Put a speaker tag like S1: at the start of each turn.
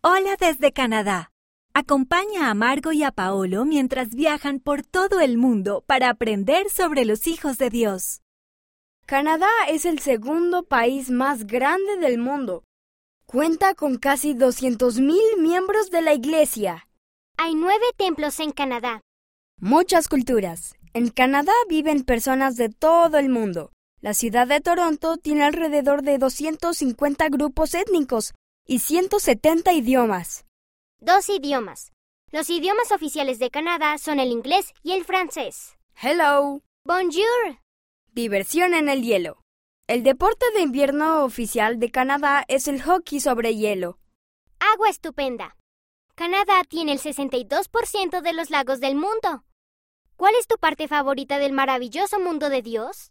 S1: Hola desde Canadá. Acompaña a Margo y a Paolo mientras viajan por todo el mundo para aprender sobre los hijos de Dios.
S2: Canadá es el segundo país más grande del mundo. Cuenta con casi 200.000 miembros de la Iglesia.
S3: Hay nueve templos en Canadá.
S2: Muchas culturas. En Canadá viven personas de todo el mundo. La ciudad de Toronto tiene alrededor de 250 grupos étnicos y 170 idiomas.
S3: Dos idiomas. Los idiomas oficiales de Canadá son el inglés y el francés.
S2: Hello.
S3: Bonjour.
S2: Diversión en el hielo. El deporte de invierno oficial de Canadá es el hockey sobre hielo.
S3: Agua estupenda. Canadá tiene el 62% de los lagos del mundo. ¿Cuál es tu parte favorita del maravilloso mundo de Dios?